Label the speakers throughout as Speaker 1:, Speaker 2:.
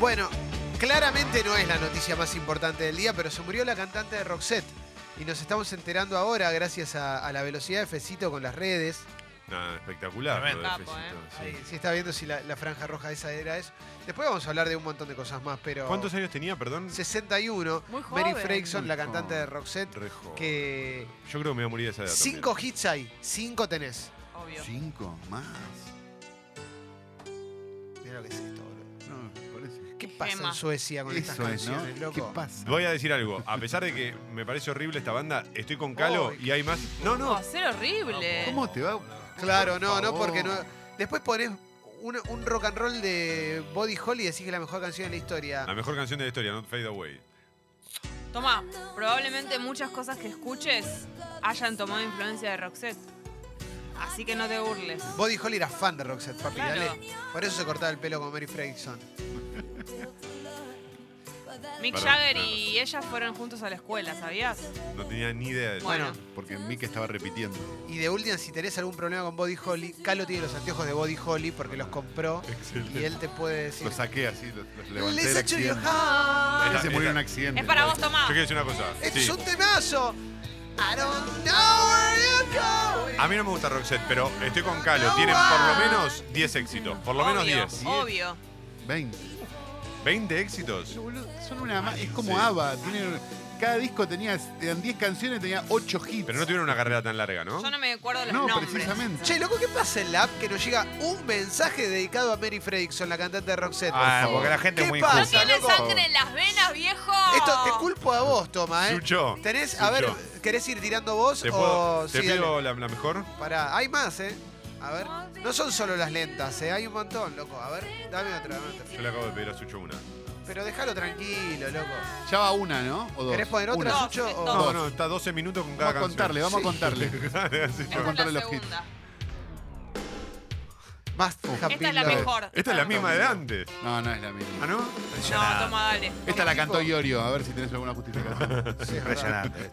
Speaker 1: Bueno, claramente no es la noticia más importante del día, pero se murió la cantante de Roxette. Y nos estamos enterando ahora, gracias a, a la velocidad de Fecito con las redes.
Speaker 2: No, espectacular.
Speaker 3: Tremendo.
Speaker 2: lo de
Speaker 3: Capo, eh.
Speaker 2: Fecito, sí.
Speaker 1: Ahí, sí está viendo si la, la franja roja esa era eso. Después vamos a hablar de un montón de cosas más, pero.
Speaker 2: ¿Cuántos años tenía, perdón?
Speaker 1: 61.
Speaker 3: Muy
Speaker 1: Mary
Speaker 3: joven.
Speaker 1: Fredrickson,
Speaker 2: Muy
Speaker 1: la cantante de
Speaker 2: joven.
Speaker 1: Roxette,
Speaker 2: Re joven.
Speaker 1: que.
Speaker 2: Yo creo que me voy a morir de esa edad.
Speaker 1: Cinco
Speaker 2: también.
Speaker 1: hits hay, cinco tenés.
Speaker 3: Obvio.
Speaker 4: Cinco más.
Speaker 1: Mira lo que es esto, boludo.
Speaker 4: No, por eso.
Speaker 1: ¿Qué pasa en
Speaker 3: Gema.
Speaker 1: Suecia con estas
Speaker 4: Eso es, ¿no?
Speaker 1: canciones, loco?
Speaker 4: ¿Qué pasa?
Speaker 2: Voy a decir algo. A pesar de que me parece horrible esta banda, estoy con Calo
Speaker 1: Ay,
Speaker 2: y hay más. No,
Speaker 3: No,
Speaker 2: no.
Speaker 3: ser horrible.
Speaker 4: ¿Cómo te va?
Speaker 1: Claro, no,
Speaker 4: Por
Speaker 1: no,
Speaker 4: favor.
Speaker 1: porque no. Después ponés un, un rock and roll de Body Holly y decís que es la mejor canción de la historia.
Speaker 2: La mejor canción de la historia, Not Fade Away.
Speaker 3: Tomá, probablemente muchas cosas que escuches hayan tomado influencia de Roxette. Así que no te burles.
Speaker 1: Body Holly era fan de Roxette, papi,
Speaker 3: Claro.
Speaker 1: dale. Por eso se cortaba el pelo con Mary Fredrickson.
Speaker 3: Mick
Speaker 2: Perdón,
Speaker 3: Jagger
Speaker 2: no, no.
Speaker 3: y ella fueron juntos a la escuela, ¿sabías?
Speaker 2: No tenía ni idea de eso.
Speaker 3: Bueno.
Speaker 4: Porque Mick estaba repitiendo.
Speaker 1: Y de última, si tenés algún problema con Body Holly, Calo tiene los anteojos de Body Holly porque los compró
Speaker 2: Excelente.
Speaker 1: y él te puede decir.
Speaker 4: Lo saqué así, los, los levanté.
Speaker 1: Les
Speaker 4: del
Speaker 1: ha hecho
Speaker 4: accidente.
Speaker 1: viajar.
Speaker 4: Él
Speaker 2: Esta-
Speaker 4: se murió en un
Speaker 2: esta-
Speaker 4: accidente.
Speaker 3: Es para vos, Tomá.
Speaker 2: Yo quiero decir una cosa.
Speaker 1: ¡Este
Speaker 2: Sí.
Speaker 1: es un temazo! I don't know where you're going.
Speaker 2: A mí no me gusta Roxette, pero estoy con Calo. Tienen por lo menos 10 éxitos. Por lo menos
Speaker 3: Obvio,
Speaker 2: 10.
Speaker 3: Obvio.
Speaker 4: 20.
Speaker 2: 20 éxitos.
Speaker 4: No, boludo, Son una más. Es como
Speaker 2: Sí.
Speaker 4: ABBA. tienen- cada disco tenía, eran 10 canciones, tenía 8 hits.
Speaker 2: Pero no tuvieron una carrera tan larga, ¿no?
Speaker 3: Yo no me acuerdo los
Speaker 4: No,
Speaker 3: nombres.
Speaker 4: precisamente.
Speaker 1: Che, loco, ¿qué pasa en la app que nos llega un mensaje dedicado a Mary Fredrickson, la cantante de Roxette?
Speaker 2: Ah,
Speaker 4: porque
Speaker 2: la gente
Speaker 1: ¿Qué
Speaker 2: es muy
Speaker 1: pasa,
Speaker 3: No
Speaker 2: injusta.
Speaker 3: tiene
Speaker 1: loco?
Speaker 3: sangre en las venas, viejo.
Speaker 1: Esto te culpo a vos, toma, ¿eh?
Speaker 2: Sucho.
Speaker 1: Tenés, a ver,
Speaker 2: Sucho.
Speaker 1: ¿querés ir tirando vos
Speaker 2: ¿Te,
Speaker 1: o
Speaker 2: puedo, te
Speaker 1: sí,
Speaker 2: pido la, la mejor?
Speaker 1: dale. Pará, hay más, ¿eh? A ver, no son solo las lentas, ¿eh? Hay un montón, loco. A ver, dame otra, dame otra.
Speaker 2: Yo le acabo de pedir a Sucho una.
Speaker 1: Pero déjalo tranquilo, loco.
Speaker 4: Ya va una, ¿no? ¿O dos?
Speaker 1: ¿Querés poner otra,
Speaker 4: Una.
Speaker 3: No,
Speaker 1: Sucho?
Speaker 3: es
Speaker 1: o-
Speaker 2: No,
Speaker 4: Dos.
Speaker 2: no, está 12 minutos con cada
Speaker 4: Vamos a contarle, vamos a contarle.
Speaker 2: contarle.
Speaker 3: Esta es
Speaker 4: contarle
Speaker 3: la
Speaker 4: los hits.
Speaker 3: segunda.
Speaker 1: Más happy
Speaker 3: Esta es la
Speaker 1: love.
Speaker 3: mejor.
Speaker 2: Esta es la misma de antes.
Speaker 4: No, no es la
Speaker 2: ¿Ah,
Speaker 4: misma.
Speaker 2: no?
Speaker 3: No, toma, dale.
Speaker 4: Esta la cantó Iorio, a ver si tenés alguna justificación.
Speaker 1: Sí, es verdad.
Speaker 5: Impresionante.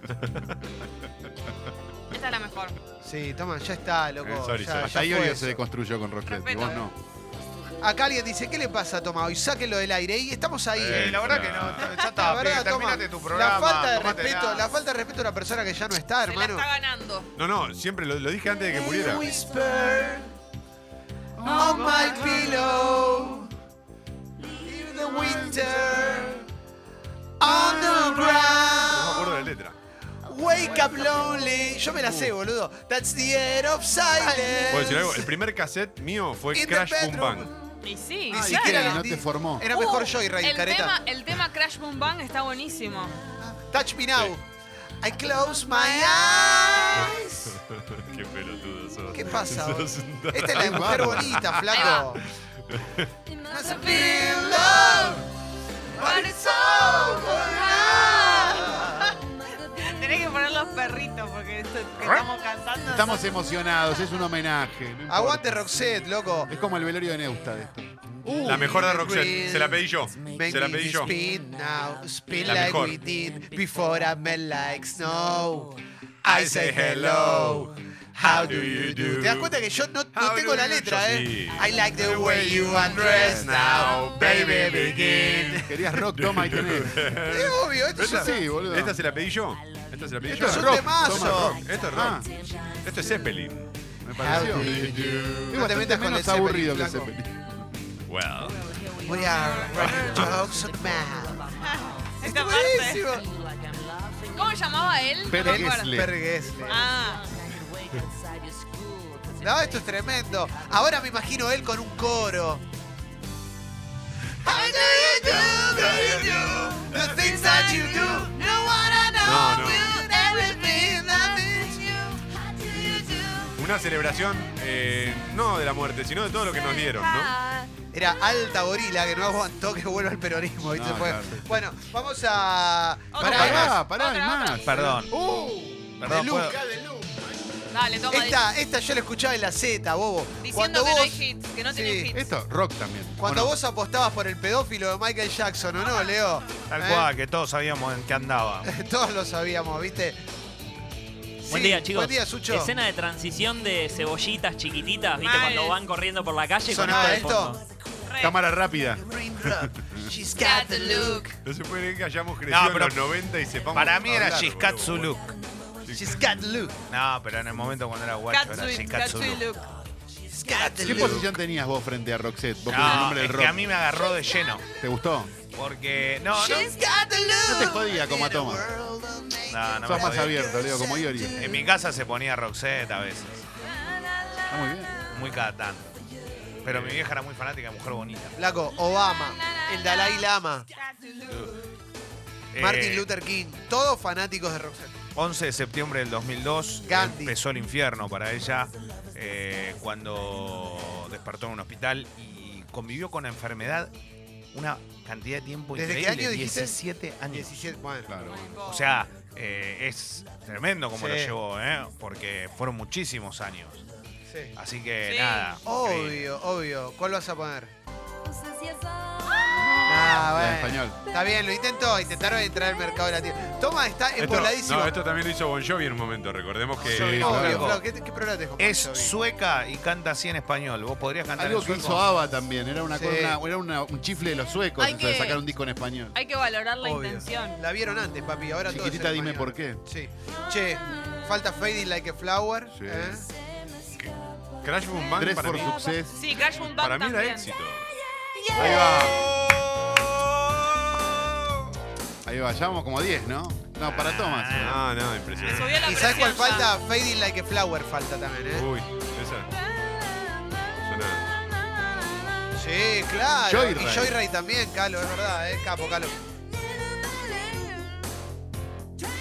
Speaker 3: Esta es la mejor.
Speaker 1: Sí, toma, ya está, loco.
Speaker 2: Eh,
Speaker 1: ya-
Speaker 2: sorry, sorry.
Speaker 1: ya
Speaker 4: Hasta
Speaker 1: fue
Speaker 4: Iorio
Speaker 1: eso.
Speaker 4: se deconstruyó con Roxette, y
Speaker 3: Respeto,
Speaker 4: vos
Speaker 3: eh.
Speaker 4: no.
Speaker 1: Acá alguien dice, ¿qué le pasa a Tomá hoy? Sáquenlo del aire. Y estamos ahí.
Speaker 2: Eh,
Speaker 5: la verdad que no, ya está,
Speaker 1: La
Speaker 5: pibe,
Speaker 1: verdad, Tomá,
Speaker 5: terminate tu programa.
Speaker 1: La falta de
Speaker 5: tomate
Speaker 1: respeto,
Speaker 5: nada.
Speaker 1: la falta de respeto a una persona que ya no está,
Speaker 3: Se la
Speaker 1: hermano.
Speaker 3: está ganando.
Speaker 2: No, no, siempre lo, lo dije
Speaker 3: Eh,
Speaker 2: antes de que muriera.
Speaker 1: whisper on my pillow. Leave the winter on the
Speaker 2: No me acuerdo
Speaker 1: ground.
Speaker 2: de la letra.
Speaker 1: Wake up lonely. Yo me la sé, boludo. That's the end of silence.
Speaker 2: Uh. ¿Puedo decir algo? El primer cassette mío fue
Speaker 1: In the
Speaker 2: Crash Boom
Speaker 1: bedroom.
Speaker 2: Bang.
Speaker 3: Y sí,
Speaker 1: Ni
Speaker 4: Ay,
Speaker 3: claro.
Speaker 1: siquiera
Speaker 4: que no
Speaker 1: di-
Speaker 4: te formó.
Speaker 1: Era mejor
Speaker 3: Uh,
Speaker 1: yo y Ray
Speaker 3: el
Speaker 1: Careta.
Speaker 3: tema, el tema Crash Boom Bang está buenísimo.
Speaker 1: Touch me now. I close my eyes.
Speaker 2: Qué pelotudo sos.
Speaker 1: ¿Qué pasa? boludo?
Speaker 2: Sos un tarado.
Speaker 1: Esta es la de mujer bonita, flaco.
Speaker 2: Ah.
Speaker 1: Must have been love, but it's over now.
Speaker 3: Tenés que poner los perritos porque esto que
Speaker 1: ¿Eh?
Speaker 3: estamos cantando.
Speaker 4: Estamos emocionados, es un homenaje. no importa.
Speaker 1: Aguante Roxette, loco.
Speaker 4: Es como el velorio de Neusta esto.
Speaker 2: Uh, La mejor de Roxette. Se la pedí yo.
Speaker 1: Make
Speaker 2: Se la
Speaker 1: me
Speaker 2: pedí yo.
Speaker 1: spin now, spin
Speaker 2: La
Speaker 1: like
Speaker 2: mejor.
Speaker 1: we did before I met like snow. I say hello. How do you do? ¿Te das cuenta que yo no, no
Speaker 2: How
Speaker 1: tengo
Speaker 2: do
Speaker 1: la
Speaker 2: you-
Speaker 1: letra,
Speaker 2: Yo
Speaker 1: eh?
Speaker 2: sí.
Speaker 1: I like the way you undress now, baby begin.
Speaker 4: Querías rock, toma y tenés.
Speaker 1: Es obvio, esto es
Speaker 2: Esta,
Speaker 1: un
Speaker 4: Sí, boludo.
Speaker 2: esta se la pedí yo. Esta se la pedí
Speaker 1: Esto
Speaker 2: yo.
Speaker 1: es un
Speaker 4: rock,
Speaker 1: temazo.
Speaker 4: toma, rock.
Speaker 2: Esto es rock.
Speaker 4: Ah,
Speaker 2: Esto es Zeppelin.
Speaker 4: me
Speaker 1: How
Speaker 4: pareció.
Speaker 1: do you
Speaker 4: Es
Speaker 1: do? No te
Speaker 4: bastante
Speaker 1: metas con el
Speaker 4: menos
Speaker 1: Zeppelin,
Speaker 4: aburrido que
Speaker 1: flaco.
Speaker 4: Zeppelin.
Speaker 2: Well.
Speaker 1: We are running jokes on man. Está
Speaker 3: Esta
Speaker 1: buenísimo.
Speaker 3: ¿Cómo llamaba él?
Speaker 4: Pero
Speaker 3: No me
Speaker 4: que
Speaker 3: acuerdo.
Speaker 4: es le-
Speaker 1: Perguesle.
Speaker 3: Ah,
Speaker 1: No, esto es tremendo. Ahora me imagino él con un coro. How do you do, do you do the things that you do? No one I
Speaker 2: No,
Speaker 1: know
Speaker 2: no.
Speaker 1: do everything that is you.
Speaker 2: Una celebración, eh, no de la muerte, sino de todo lo que nos dieron, ¿no?
Speaker 1: Era alta gorila que no aguantó que vuelva el peronismo. ¿viste?
Speaker 4: No,
Speaker 1: Fue-
Speaker 4: claro.
Speaker 1: Bueno, vamos a.
Speaker 3: Otro
Speaker 1: Pará,
Speaker 3: más.
Speaker 1: hay más.
Speaker 4: Pará, Uh, pará, hay
Speaker 3: Otra, otra.
Speaker 4: más.
Speaker 5: Perdón,
Speaker 1: De
Speaker 5: perdón,
Speaker 1: Luca.
Speaker 5: ¿puedo?
Speaker 3: dale, toma.
Speaker 1: Esta, esta yo la escuchaba en la Z, bobo.
Speaker 3: Diciendo
Speaker 1: Cuando
Speaker 3: que no hay
Speaker 1: vos,
Speaker 3: hits, que no
Speaker 1: Sí.
Speaker 3: tiene hits.
Speaker 4: Esto, rock también.
Speaker 1: cuando
Speaker 4: ¿o no?
Speaker 1: vos apostabas por el pedófilo de Michael Jackson, ¿o no, Leo?
Speaker 5: Tal
Speaker 1: ¿Eh?
Speaker 5: cual, que todos sabíamos en qué andaba.
Speaker 1: Todos lo sabíamos, ¿viste?
Speaker 6: Buen
Speaker 1: Sí,
Speaker 6: día, chicos.
Speaker 1: Buen día, Sucho.
Speaker 6: Escena de transición de cebollitas chiquititas, ¿viste?
Speaker 3: Mal.
Speaker 6: Cuando van corriendo por la calle con
Speaker 1: Sonaba
Speaker 6: esto de
Speaker 1: esto.
Speaker 6: fondo.
Speaker 3: Re Re.
Speaker 4: Cámara rápida.
Speaker 1: Raindrop, she's
Speaker 3: Got the look.
Speaker 2: No se puede creer que hayamos crecido
Speaker 5: No, pero
Speaker 2: en los 90 y sepamos.
Speaker 5: Para mí era
Speaker 2: hablar,
Speaker 5: Shiskatsu
Speaker 2: boludo.
Speaker 5: Look.
Speaker 1: She's got the look.
Speaker 5: No, pero en el momento cuando era guacho era
Speaker 3: Catsuit,
Speaker 5: Shiskatsu
Speaker 3: Catsuit
Speaker 5: Look.
Speaker 3: look.
Speaker 1: She's got the
Speaker 4: ¿Qué
Speaker 1: look.
Speaker 4: posición tenías vos frente a Roxette? Vos por el
Speaker 5: No,
Speaker 4: nombre del
Speaker 5: es
Speaker 4: rock.
Speaker 5: que a mí me agarró de lleno.
Speaker 4: ¿Te gustó?
Speaker 5: Porque. No, no.
Speaker 1: She's got the look.
Speaker 4: No te jodía como a Toma.
Speaker 5: No, no me
Speaker 4: Sos más
Speaker 5: jodí.
Speaker 4: abierto, Leo, como Iori.
Speaker 5: En mi casa se ponía Roxette a veces.
Speaker 4: Está muy bien.
Speaker 5: Muy cada tanto. Pero mi vieja era muy fanática de mujer bonita.
Speaker 1: Flaco, Obama, el Dalai Lama,
Speaker 5: Eh,
Speaker 1: Martin Luther King, todos fanáticos de Roxette.
Speaker 5: 11 de septiembre del 2002
Speaker 1: Gandhi.
Speaker 5: empezó el infierno para ella eh, cuando despertó en un hospital y convivió con la enfermedad una cantidad de tiempo
Speaker 1: ¿Desde qué
Speaker 5: increíble,
Speaker 1: año dijiste?
Speaker 5: 17 años.
Speaker 1: 17, bueno.
Speaker 4: Claro.
Speaker 5: O sea, eh, es tremendo como
Speaker 1: Sí.
Speaker 5: lo llevó, ¿eh? porque fueron muchísimos años.
Speaker 1: Sí.
Speaker 5: Así que
Speaker 3: Sí.
Speaker 5: nada. increíble.
Speaker 1: Obvio, obvio. ¿Cuál vas a poner? Ah,
Speaker 4: La de
Speaker 1: bueno.
Speaker 4: español.
Speaker 1: Está bien, lo intentó. Intentaron entrar al mercado latino. Toma, está
Speaker 2: Esto,
Speaker 1: emboladísimo.
Speaker 2: no, esto también lo hizo Bon Jovi en un momento. Recordemos que.
Speaker 5: Jovi,
Speaker 1: Obvio,
Speaker 4: claro.
Speaker 1: Flaco, ¿qué, qué programa te dejó?
Speaker 5: Es
Speaker 1: Jovi?
Speaker 5: sueca y canta así en español. Vos podrías cantar
Speaker 4: Algo
Speaker 5: en
Speaker 4: que
Speaker 5: sueco.
Speaker 4: hizo ABBA también. Era, una,
Speaker 1: Sí.
Speaker 4: cosa- una- era una- un chifle de los suecos
Speaker 3: Hay
Speaker 4: eso de
Speaker 3: que-
Speaker 4: sacar un disco en español.
Speaker 3: Hay que valorar la
Speaker 1: Obvio.
Speaker 3: intención.
Speaker 1: La vieron antes, papi. Ahora todo es
Speaker 4: Chiquitita,
Speaker 1: en
Speaker 4: dime
Speaker 1: español.
Speaker 4: por qué.
Speaker 1: Sí. Che, falta Fading Like a Flower.
Speaker 4: Sí.
Speaker 1: ¿eh?
Speaker 2: Crash Boom Bang
Speaker 4: Dress
Speaker 2: para
Speaker 4: for
Speaker 2: mí,
Speaker 4: Success.
Speaker 3: Sí, Crash Boom Bang
Speaker 2: para mí era
Speaker 3: también.
Speaker 2: éxito.
Speaker 4: Ahí va. Ahí va, ya vamos como 10, ¿no? No, para Tomás.
Speaker 2: No,
Speaker 5: Ah.
Speaker 2: Ah, no,
Speaker 3: Le
Speaker 2: impresionante.
Speaker 3: subió la
Speaker 1: ¿Y sabes cuál
Speaker 3: presión ya.
Speaker 1: falta? Fading Like a Flower falta también,
Speaker 4: Uh.
Speaker 1: ¿eh?
Speaker 2: Uy, esa. Suena.
Speaker 1: Sí, claro.
Speaker 4: Joyride.
Speaker 1: Y Joyride también, Calo, es verdad, ¿eh? Capo, Calo.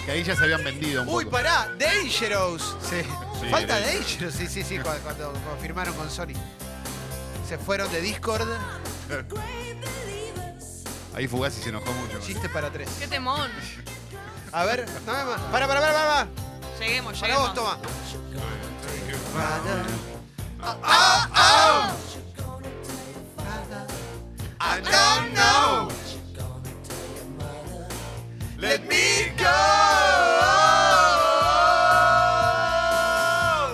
Speaker 4: Que ahí ya se habían vendido un
Speaker 1: Uy,
Speaker 4: poco.
Speaker 1: pará, Dangerous. Sí.
Speaker 2: Sí,
Speaker 1: Falta
Speaker 2: era-
Speaker 1: Dangerous, sí, sí, sí, cuando, cuando- cuando firmaron con Sony. Se fueron de Discord,
Speaker 4: Ahí Fugazi se enojó mucho.
Speaker 1: chiste para tres.
Speaker 3: Qué temón.
Speaker 1: A ver, dame más. Para, para, para, para.
Speaker 3: Lleguemos,
Speaker 1: Para
Speaker 3: lleguemos.
Speaker 1: vos, toma. I don't know.
Speaker 2: Let me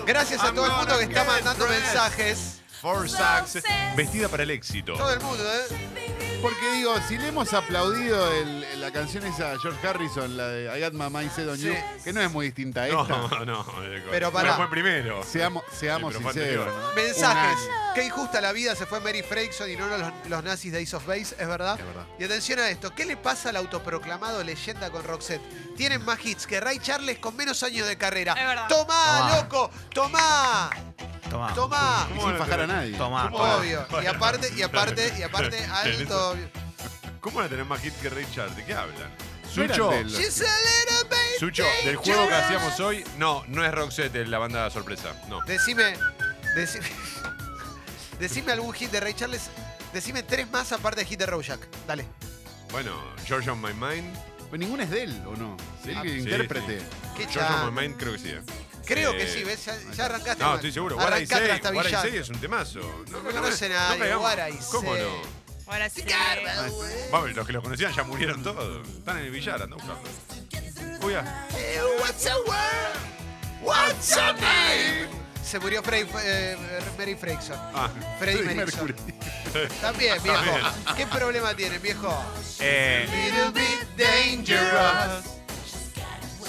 Speaker 1: Gracias a
Speaker 2: I'm
Speaker 1: todo el mundo que está
Speaker 2: gonna get
Speaker 1: mandando
Speaker 2: dressed.
Speaker 1: mensajes.
Speaker 2: For Success. Vestida para el éxito.
Speaker 1: Todo el mundo, ¿eh?
Speaker 4: Porque digo, si le hemos aplaudido el- la canción esa a George Harrison, la de I Got My Mind Set on
Speaker 1: Sí.
Speaker 4: You, que no es muy distinta a
Speaker 2: No,
Speaker 4: esta.
Speaker 2: no, no.
Speaker 1: Pero
Speaker 2: para
Speaker 1: pará.
Speaker 2: fue primero.
Speaker 4: Seamos, seamos
Speaker 2: Sí, pero fue
Speaker 4: sinceros.
Speaker 2: anterior.
Speaker 4: ¿no?
Speaker 1: Mensajes.
Speaker 4: Un año.
Speaker 1: Qué injusta la vida, se fue Mary Fredrickson y no los, los nazis de Ace of Base, ¿es verdad?
Speaker 4: Es verdad.
Speaker 1: Y atención a esto, ¿qué le pasa al autoproclamado leyenda con Roxette? Tienen más hits que Ray Charles con menos años de carrera.
Speaker 3: Es verdad.
Speaker 1: Tomá,
Speaker 5: Tomá.
Speaker 1: loco, tomá,
Speaker 5: Tomá.
Speaker 2: Ah.
Speaker 1: tomá.
Speaker 4: Y
Speaker 2: ¿Cómo
Speaker 4: sin
Speaker 2: no
Speaker 4: fajar a
Speaker 2: te-
Speaker 4: nadie.
Speaker 2: Ah.
Speaker 5: Tomá. tomá.
Speaker 1: Obvio. Y aparte, y aparte, y aparte, alto.
Speaker 2: ¿Cómo van a tener más hit que Richard? ¿De qué hablan?
Speaker 4: No eran
Speaker 2: Sucho,
Speaker 4: de los-
Speaker 1: She's a little baby.
Speaker 2: Sucho, del juego que hacíamos hoy, no, no es Roxette la banda sorpresa. No.
Speaker 1: Decime, decime, decime algún hit de Ray Charles. Decime tres más aparte de hit de Rojak. Dale.
Speaker 2: Bueno, George on My Mind.
Speaker 4: Pero ninguno es de él, ¿o no? Sí,
Speaker 2: Ah,
Speaker 4: que
Speaker 2: sí,
Speaker 4: intérprete.
Speaker 1: Qué
Speaker 2: George
Speaker 1: chan.
Speaker 2: on My Mind creo que sí. eh.
Speaker 1: Creo
Speaker 2: Eh,
Speaker 1: que sí, ¿ves? Ya, ya arrancaste.
Speaker 2: No,
Speaker 1: mal.
Speaker 2: estoy seguro. What I
Speaker 1: Arrancaste
Speaker 2: Say,
Speaker 1: hasta
Speaker 2: What I
Speaker 1: Villar.
Speaker 2: Say es un temazo.
Speaker 1: No lo conoce nadie,
Speaker 2: caigamos.
Speaker 1: What I
Speaker 2: ¿Cómo
Speaker 1: Say.
Speaker 2: no?
Speaker 3: Ahora sí.
Speaker 2: Vamos, los que los conocían ya murieron todos. Están en el billar, andan buscando. Uy, ah.
Speaker 1: Se murió Frey, eh, Mary Fredrickson.
Speaker 2: Ah,
Speaker 1: Freddy
Speaker 4: Freddie
Speaker 1: Mercury.
Speaker 4: Mercury.
Speaker 1: También, viejo.
Speaker 2: bien.
Speaker 1: ¿Qué problema tienen, viejo?
Speaker 5: Eh,
Speaker 1: Little bit dangerous.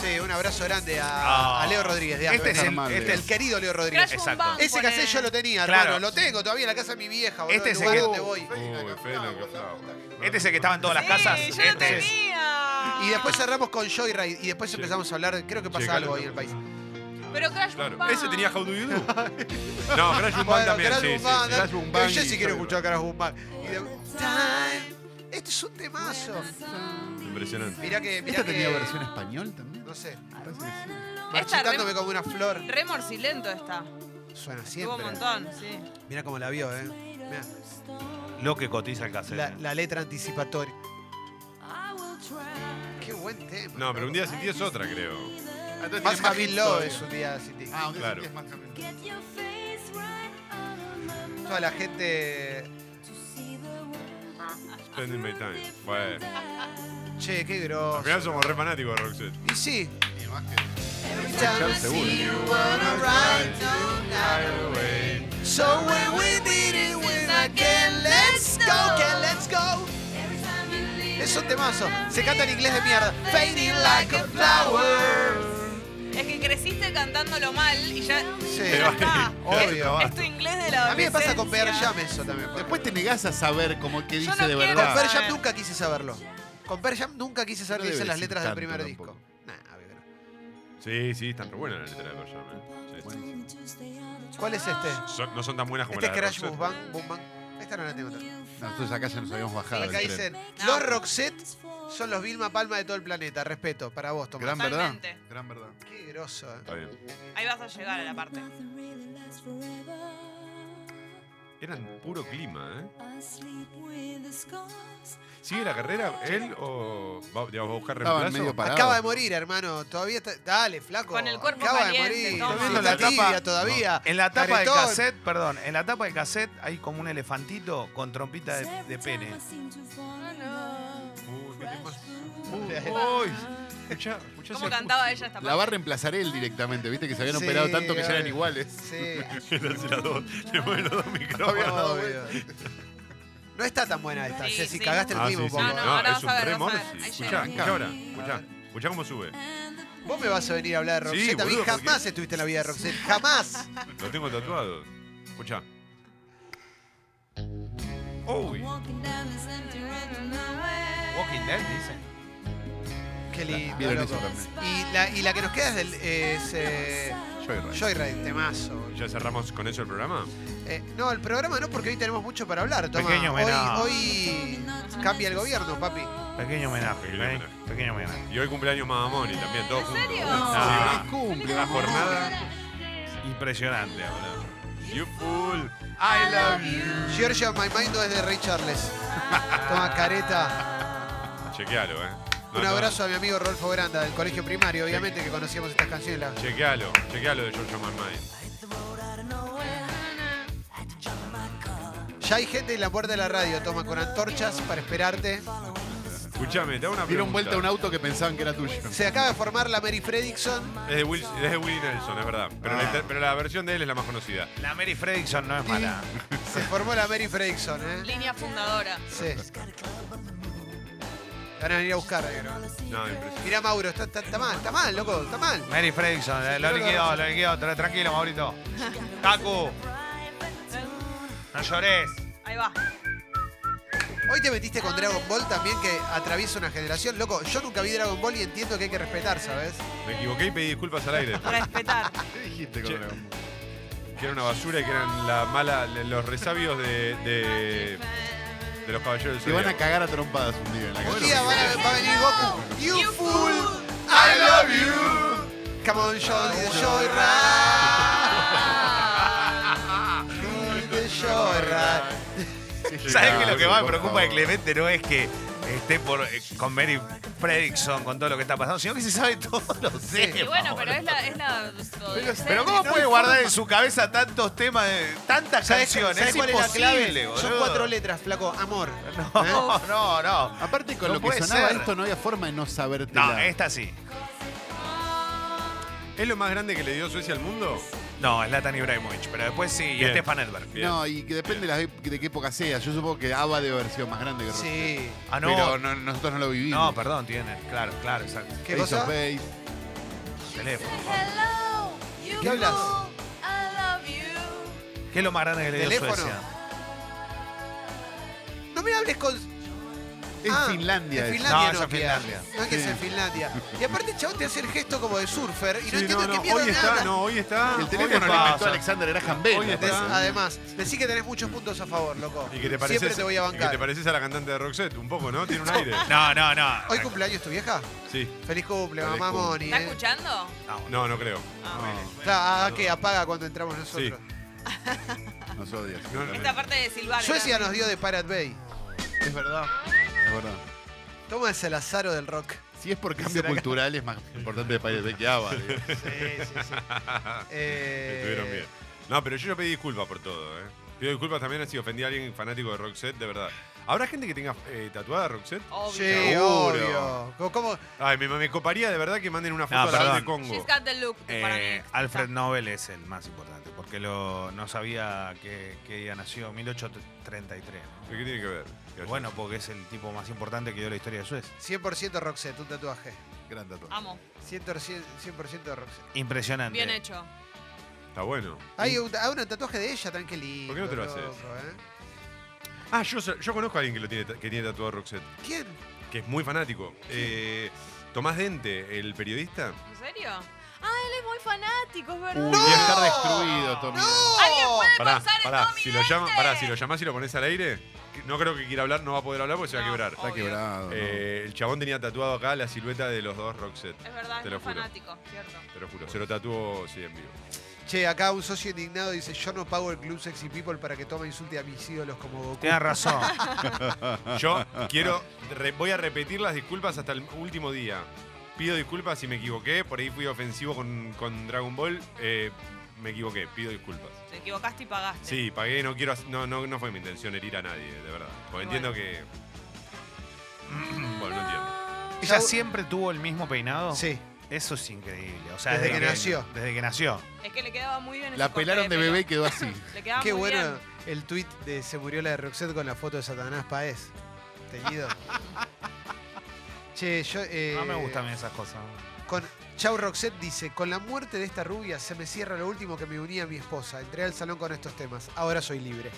Speaker 1: Sí, un abrazo grande a,
Speaker 5: Ah.
Speaker 1: a Leo Rodríguez. De
Speaker 5: este
Speaker 1: Aspen.
Speaker 5: es el,
Speaker 4: normal,
Speaker 5: este
Speaker 4: Leo.
Speaker 1: El
Speaker 5: es-
Speaker 1: querido Leo Rodríguez.
Speaker 3: Crash Boom
Speaker 5: Exacto.
Speaker 3: Bang,
Speaker 1: Ese cassette
Speaker 3: ponele.
Speaker 1: yo lo tenía,
Speaker 5: Claro.
Speaker 1: hermano. Lo tengo todavía en la casa de mi vieja, boludo.
Speaker 5: Este
Speaker 1: el
Speaker 5: es
Speaker 1: lugar
Speaker 5: el que-
Speaker 1: donde voy.
Speaker 2: Uy, Fede, que flavo.
Speaker 5: este es el que estaba en todas las
Speaker 3: Sí,
Speaker 5: casas.
Speaker 3: yo lo
Speaker 5: Este es.
Speaker 3: tenía.
Speaker 1: Y después cerramos con Joyride y después
Speaker 2: Sí.
Speaker 1: empezamos a hablar. Creo que pasa
Speaker 2: Sí,
Speaker 1: algo
Speaker 2: claro.
Speaker 1: hoy en el país.
Speaker 3: Pero Crash Boom
Speaker 2: Claro.
Speaker 3: Bang.
Speaker 2: Ese tenía How Do You Do. No, Crash Boom Bang también,
Speaker 1: Crash
Speaker 2: sí,
Speaker 1: Boom
Speaker 2: sí,
Speaker 1: Bang,
Speaker 2: sí.
Speaker 1: dale.
Speaker 4: Crash Boom Bang
Speaker 1: Eh, Yo sí
Speaker 4: y
Speaker 1: quiero
Speaker 4: Joyride.
Speaker 1: escuchar Crash Boom Bang. Y de- Time. Este es un temazo.
Speaker 2: Impresionante.
Speaker 1: Mirá que. Mirá
Speaker 4: ¿Esta tenía
Speaker 1: que- Ah,
Speaker 4: versión español también?
Speaker 1: No sé.
Speaker 4: Parece que sí.
Speaker 3: Esta
Speaker 1: Marchitándome
Speaker 3: re,
Speaker 1: como una flor.
Speaker 3: re morcilento está.
Speaker 1: Suena
Speaker 3: Tuvo un
Speaker 1: siempre.
Speaker 3: montón, sí.
Speaker 1: Mirá cómo la vio, eh. Mirá.
Speaker 5: Lo que cotiza el cassette.
Speaker 1: La, la letra anticipatoria. Qué buen tema.
Speaker 2: No, pero un día sin ti es otra, creo.
Speaker 4: Ah, entonces
Speaker 1: Más
Speaker 4: tiene
Speaker 1: Javi
Speaker 4: hits
Speaker 1: Love
Speaker 4: todavía.
Speaker 1: es un día sin ti.
Speaker 4: Ah, un día
Speaker 2: Claro.
Speaker 4: sin ti es más Javi Love.
Speaker 1: Toda la gente.
Speaker 2: Spending my time. Bueno.
Speaker 1: Che, qué
Speaker 2: Al
Speaker 1: grosso.
Speaker 2: final somos re fanáticos de Roxette.
Speaker 1: Y sí.
Speaker 4: Sí, más que-
Speaker 1: Escuchá,
Speaker 4: seguro.
Speaker 1: So when we did it, when I can, let's go. son temazos. Se canta en inglés de mierda. Fading like a flower.
Speaker 3: Es que creciste cantándolo mal y ya.
Speaker 1: Sí.
Speaker 3: ya está.
Speaker 4: Obvio,
Speaker 3: Es, es tu inglés de la
Speaker 1: A mí me pasa con Pearl
Speaker 3: adolescencia.
Speaker 1: Jam eso también. por
Speaker 4: Después
Speaker 1: ejemplo.
Speaker 4: te negás a saber cómo que
Speaker 3: Yo
Speaker 4: dice
Speaker 3: no
Speaker 4: de
Speaker 3: quiero
Speaker 1: Con
Speaker 4: verdad.
Speaker 1: Pearl Jam
Speaker 3: Ah.
Speaker 1: nunca quise saberlo. Con Pearl Jam nunca quise saber
Speaker 4: No
Speaker 1: qué dicen
Speaker 4: debe
Speaker 1: las
Speaker 4: decir
Speaker 1: letras del
Speaker 4: tanto
Speaker 1: primer
Speaker 4: tampoco.
Speaker 1: disco. Nah, obvio que no.
Speaker 2: Sí, sí, están re buenas las letras de Pearl Jam, ¿eh? Sí.
Speaker 1: ¿Cuál es este?
Speaker 2: Son- no son tan buenas como
Speaker 1: Este es
Speaker 2: las de
Speaker 1: Crash Boom
Speaker 2: Roxette.
Speaker 1: Bang. Boom Bang. Esta no la tengo tanto.
Speaker 4: No, entonces acá ya nos habíamos bajado. del
Speaker 1: Acá
Speaker 4: tren.
Speaker 1: dicen,
Speaker 3: No.
Speaker 1: los Roxette son los Vilma Palma de todo el planeta. Respeto, para vos, Tomás.
Speaker 4: Gran verdad.
Speaker 3: Totalmente.
Speaker 4: Gran verdad.
Speaker 1: Qué groso, eh.
Speaker 2: Está bien.
Speaker 3: Ahí vas a llegar a la parte.
Speaker 2: Eran puro clima, ¿eh? ¿Sigue la carrera él o va, digamos, va a buscar
Speaker 4: Estaban
Speaker 2: reemplazo?
Speaker 4: medio parados.
Speaker 1: Acaba de morir, hermano. Todavía está... Dale, flaco.
Speaker 3: Con el cuerpo
Speaker 1: Acaba
Speaker 3: caliente,
Speaker 1: de morir.
Speaker 3: Tomás.
Speaker 1: Está
Speaker 5: Viendo la
Speaker 1: tibia
Speaker 5: tapa-
Speaker 1: todavía.
Speaker 5: En la tapa del
Speaker 1: Caretón.
Speaker 5: cassette, perdón, en la tapa del cassette hay como un elefantito con trompita de, de pene.
Speaker 3: Ah,
Speaker 2: Uy, qué temas.
Speaker 1: Uy.
Speaker 2: Escuchá, escuchá
Speaker 3: ¿Cómo
Speaker 2: ese-
Speaker 3: cantaba ella esta parte?
Speaker 4: La va a reemplazar él directamente, viste que se habían
Speaker 1: Sí,
Speaker 4: operado tanto que ya eran
Speaker 1: obvio.
Speaker 4: iguales.
Speaker 1: Sí,
Speaker 2: Le hace las dos- le mueve los dos micrófonos.
Speaker 1: obvio. No está tan buena esta,
Speaker 3: Sí,
Speaker 1: Jessy.
Speaker 3: sí.
Speaker 1: Cagaste el
Speaker 2: Ah, sí,
Speaker 1: ritmo un
Speaker 2: sí.
Speaker 1: poco.
Speaker 3: No, no, ahora
Speaker 2: es
Speaker 3: vas
Speaker 2: un
Speaker 3: a ver,
Speaker 2: re
Speaker 3: vas a ver.
Speaker 2: Morrissey.
Speaker 3: Ahí
Speaker 2: Escuchá,
Speaker 3: llega.
Speaker 2: escuchá ahora, escuchá. Escuchá cómo sube.
Speaker 1: Vos me vas a venir a hablar de
Speaker 2: Sí,
Speaker 1: Roxette. a mí
Speaker 2: boludo,
Speaker 1: jamás
Speaker 2: porque-
Speaker 1: estuviste en la vida de Roxette. Jamás.
Speaker 2: Lo tengo tatuado. Escuchá. Uy.
Speaker 5: Walking Dead, dicen.
Speaker 1: Qué lindo.
Speaker 4: Vieron
Speaker 1: loco.
Speaker 4: eso también.
Speaker 1: Y la, y la que nos queda es, del, es eh,
Speaker 4: Joyride.
Speaker 1: Joyride, temazo.
Speaker 2: ¿Ya cerramos con eso el programa?
Speaker 1: Eh, no, el programa no, porque hoy tenemos mucho para hablar. Toma,
Speaker 5: Pequeño
Speaker 1: hoy,
Speaker 5: homenaje.
Speaker 1: hoy cambia el gobierno, papi.
Speaker 5: Pequeño homenaje,
Speaker 2: Pequeño
Speaker 5: ¿ok?
Speaker 2: homenaje.
Speaker 5: Pequeño homenaje.
Speaker 2: Y hoy cumpleaños Mamamoni también, todos
Speaker 3: ¿En
Speaker 2: juntos.
Speaker 3: serio?
Speaker 2: Ah,
Speaker 4: Feliz cumple,
Speaker 2: una
Speaker 4: vamos.
Speaker 2: jornada.
Speaker 5: Impresionante, boludo.
Speaker 2: You fool, I love you.
Speaker 1: Georgia, my mind es de Ray Charles. Toma, careta.
Speaker 2: Chequealo, eh. No,
Speaker 1: Un
Speaker 2: no,
Speaker 1: abrazo a mi amigo Rolfo Granda del colegio primario, obviamente, que conocíamos estas canciones. la-
Speaker 2: Chequealo, chequealo de Giorgio Mamai.
Speaker 1: Ya hay gente en la puerta de la radio, toma, con antorchas para esperarte.
Speaker 2: Escuchame, te hago una pregunta.
Speaker 4: Dieron vuelta a un auto que pensaban que era tuyo.
Speaker 1: Se acaba de formar la Mary Fredrickson.
Speaker 2: Es de, Will, es de Willie Nelson, es verdad. Pero, la, inter- pero la versión de él es la más conocida.
Speaker 5: La Mary Fredrickson no es mala.
Speaker 1: Se formó la Mary Fredrickson, ¿eh?
Speaker 3: Línea fundadora.
Speaker 1: Sí. Van a venir a buscar. ahí, ¿no?
Speaker 2: No, impresionante.
Speaker 1: Mirá, Mauro, está, está- está mal, está mal, loco, está mal.
Speaker 5: Mary Fredrickson, eh, lo
Speaker 1: no,
Speaker 5: liquidó, lo liquidó. Tra- Tranquilo, Maurito. Taku, no llores.
Speaker 3: Ahí va.
Speaker 1: Hoy te metiste con Dragon Ball también, que atraviesa una generación. Loco, yo nunca vi Dragon Ball y entiendo que hay que respetar, ¿sabes?
Speaker 2: Me equivoqué y pedí disculpas al aire.
Speaker 3: Respetar.
Speaker 4: ¿Qué dijiste con
Speaker 2: Che.
Speaker 4: la bomba?
Speaker 2: Que era una basura y que eran la mala, los resabios de, de, de los caballeros del
Speaker 4: Se van a
Speaker 2: Zodíaco.
Speaker 4: cagar a trompadas un día en la
Speaker 1: Un
Speaker 4: calle.
Speaker 1: día van a- va a venir Goku. You fool, I love you. Come on, Johnny the Joyride. Johnny the Joyride.
Speaker 5: ¿Sabes que lo que más me preocupa de Clemente no es que esté por, eh, con Mary Fredrickson, con todo lo que está pasando, sino que se sabe todos los temas.
Speaker 3: Y bueno, pero
Speaker 5: boludo.
Speaker 3: es la. Es la
Speaker 5: Pero ¿cómo puede guardar en su cabeza tantos temas, de- tantas
Speaker 1: ¿Sabés-
Speaker 5: canciones?
Speaker 1: sabés
Speaker 5: es
Speaker 1: cuál es la
Speaker 5: imposible,
Speaker 1: clave? Son
Speaker 5: boludo.
Speaker 1: cuatro letras, flaco. Amor.
Speaker 5: No, no, no.
Speaker 4: Aparte con
Speaker 5: No
Speaker 4: lo que
Speaker 5: puede
Speaker 4: sonaba
Speaker 5: ser.
Speaker 4: esto no había forma de no saberte
Speaker 5: No, esta sí.
Speaker 2: ¿Es lo más grande que le dio Suecia al mundo?
Speaker 5: No, es Latan Ibrahimovic, pero después sí, y
Speaker 2: Bien.
Speaker 5: Stefan Edberg.
Speaker 4: No, y que depende de, las- de qué época sea. Yo supongo que ABBA debe haber sido más grande que Roxette.
Speaker 1: Sí.
Speaker 5: Ah, no.
Speaker 4: Pero no- nosotros no lo vivimos.
Speaker 5: No, perdón, tiene. Claro, claro, exacto.
Speaker 1: ¿Qué
Speaker 4: Face
Speaker 1: cosa?
Speaker 4: of Face.
Speaker 5: Teléfono.
Speaker 1: ¿Qué hablas?
Speaker 5: ¿Qué es lo más grande que le dio
Speaker 1: Teléfono.
Speaker 5: Suecia?
Speaker 1: No me hables con.
Speaker 4: Es
Speaker 1: Ah,
Speaker 4: Finlandia.
Speaker 1: en
Speaker 4: eso.
Speaker 1: Finlandia
Speaker 5: No, es en
Speaker 1: queda.
Speaker 5: Finlandia.
Speaker 1: No es que es
Speaker 4: Sí.
Speaker 1: en Finlandia. Y aparte, el chabón te hace el gesto como de surfer y no
Speaker 2: Sí,
Speaker 1: entiendo
Speaker 2: no,
Speaker 1: qué
Speaker 2: no,
Speaker 1: mierda
Speaker 2: Hoy
Speaker 1: habla.
Speaker 2: está, no, hoy está.
Speaker 4: El
Speaker 2: hoy
Speaker 4: teléfono lo
Speaker 2: está.
Speaker 4: inventó Alexander Graham Bell.
Speaker 2: Hoy
Speaker 1: Des-
Speaker 2: está.
Speaker 1: además, decí que tenés muchos puntos a favor, loco.
Speaker 2: Y que te pareces,
Speaker 1: Siempre te voy a
Speaker 2: y que te
Speaker 1: bancar.
Speaker 2: pareces a la cantante de Roxette, un poco, ¿no? Tiene un aire.
Speaker 5: No, no, no.
Speaker 1: Hoy cumpleaños tu vieja.
Speaker 2: Sí.
Speaker 1: Feliz cumple,
Speaker 2: Feliz
Speaker 1: mamá
Speaker 2: cumple.
Speaker 1: Moni.
Speaker 3: ¿Está
Speaker 1: eh.
Speaker 3: escuchando?
Speaker 2: No, no creo.
Speaker 1: Claro, ah, que apaga cuando entramos nosotros.
Speaker 4: Nos odias.
Speaker 2: No, no,
Speaker 3: Esta parte de Silvana.
Speaker 1: Suecia nos dio de Pirate Bay.
Speaker 4: Es verdad. Es verdad.
Speaker 1: Toma el Salazaro del rock.
Speaker 4: Si es por cambio cultural, es más importante de Pirate Bay que ABBA. digo.
Speaker 1: Sí, sí, sí.
Speaker 2: Estuvieron bien. No, pero yo ya pedí disculpas por todo, ¿eh? Pido disculpas también si ofendí a alguien fanático de Roxette, de verdad. ¿Habrá gente que tenga eh, tatuada Roxette?
Speaker 3: Obvio.
Speaker 1: Sí,
Speaker 2: Seguro.
Speaker 1: obvio. Co- ¿Cómo?
Speaker 2: Ay, me, me coparía de verdad que manden una foto
Speaker 5: No,
Speaker 2: a la
Speaker 5: perdón.
Speaker 2: de Congo.
Speaker 3: She's got the look para mí.
Speaker 5: Eh, Alfred Nobel es el más importante, porque lo, no sabía que, que día nació, 1833. ¿no?
Speaker 2: ¿Qué tiene que ver?
Speaker 5: Bueno, porque es el tipo más importante que dio la historia de Suecia.
Speaker 1: 100% Roxette, un tatuaje.
Speaker 4: Gran tatuaje.
Speaker 3: Amo.
Speaker 1: 100%, 100% de Roxette.
Speaker 5: Impresionante.
Speaker 3: Bien hecho.
Speaker 2: está bueno.
Speaker 1: Hay un, hay un tatuaje de ella, tan que lindo.
Speaker 2: ¿Por qué no te lo haces?
Speaker 1: loco, eh?
Speaker 2: Ah, yo, sé- yo conozco a alguien que, lo tiene, ta- que tiene tatuado Roxette,
Speaker 1: ¿Quién?
Speaker 2: que es muy fanático. Eh, Tomás Dente, el periodista.
Speaker 3: ¿En serio? Ah, él es muy fanático, es
Speaker 4: Uy,
Speaker 3: verdad.
Speaker 1: ¡No!
Speaker 4: y estar destruido, Tommy.
Speaker 3: ¿Alguien puede
Speaker 2: Pará,
Speaker 3: pausar el
Speaker 2: pará,
Speaker 3: Tommy
Speaker 2: si lo,
Speaker 3: Dente?
Speaker 2: llama, pará, si lo llamás y lo pones al aire, que- no creo que quiera hablar, no va a poder hablar porque se va a
Speaker 3: No,
Speaker 2: quebrar.
Speaker 3: obvio.
Speaker 4: Está quebrado. ¿no?
Speaker 2: Eh, el chabón tenía tatuado acá la silueta de los dos Roxette.
Speaker 3: Es verdad,
Speaker 2: Te
Speaker 3: es
Speaker 2: lo
Speaker 3: muy
Speaker 2: juro.
Speaker 3: fanático, cierto.
Speaker 2: Te lo juro. Se lo tatuó, sí, en vivo.
Speaker 1: Che, acá un socio indignado dice, yo no pago el Club Sexy People para que tome insulte a mis ídolos como Goku.
Speaker 5: Tienes razón.
Speaker 2: Yo quiero, re- voy a repetir las disculpas hasta el último día. Pido disculpas si me equivoqué, por ahí fui ofensivo con, con Dragon Ball. eh, me equivoqué, pido disculpas.
Speaker 3: Te equivocaste y pagaste.
Speaker 2: Sí, pagué, no quiero, hac- no, no, no fue mi intención herir a nadie, de verdad. Porque entiendo que... Bueno, no entiendo.
Speaker 3: Ah.
Speaker 5: Ella siempre tuvo el mismo peinado.
Speaker 1: Sí.
Speaker 5: Eso es increíble. O sea,
Speaker 1: Desde que nació.
Speaker 5: Desde que nació.
Speaker 3: Es que le quedaba muy bien.
Speaker 4: La
Speaker 3: ese corte
Speaker 4: pelaron de
Speaker 3: pelo.
Speaker 4: bebé y quedó así.
Speaker 3: Le quedaba
Speaker 1: Qué
Speaker 3: muy
Speaker 1: bueno
Speaker 3: bien.
Speaker 1: el tuit de se murió la de Roxette con la foto de Satanás Paez. Teñido. che, yo. eh,
Speaker 5: No me gustan esas cosas.
Speaker 1: Con, Chau Roxette dice: Con la muerte de esta rubia se me cierra lo último que me unía a mi esposa. Entré al salón con estos temas. Ahora soy libre.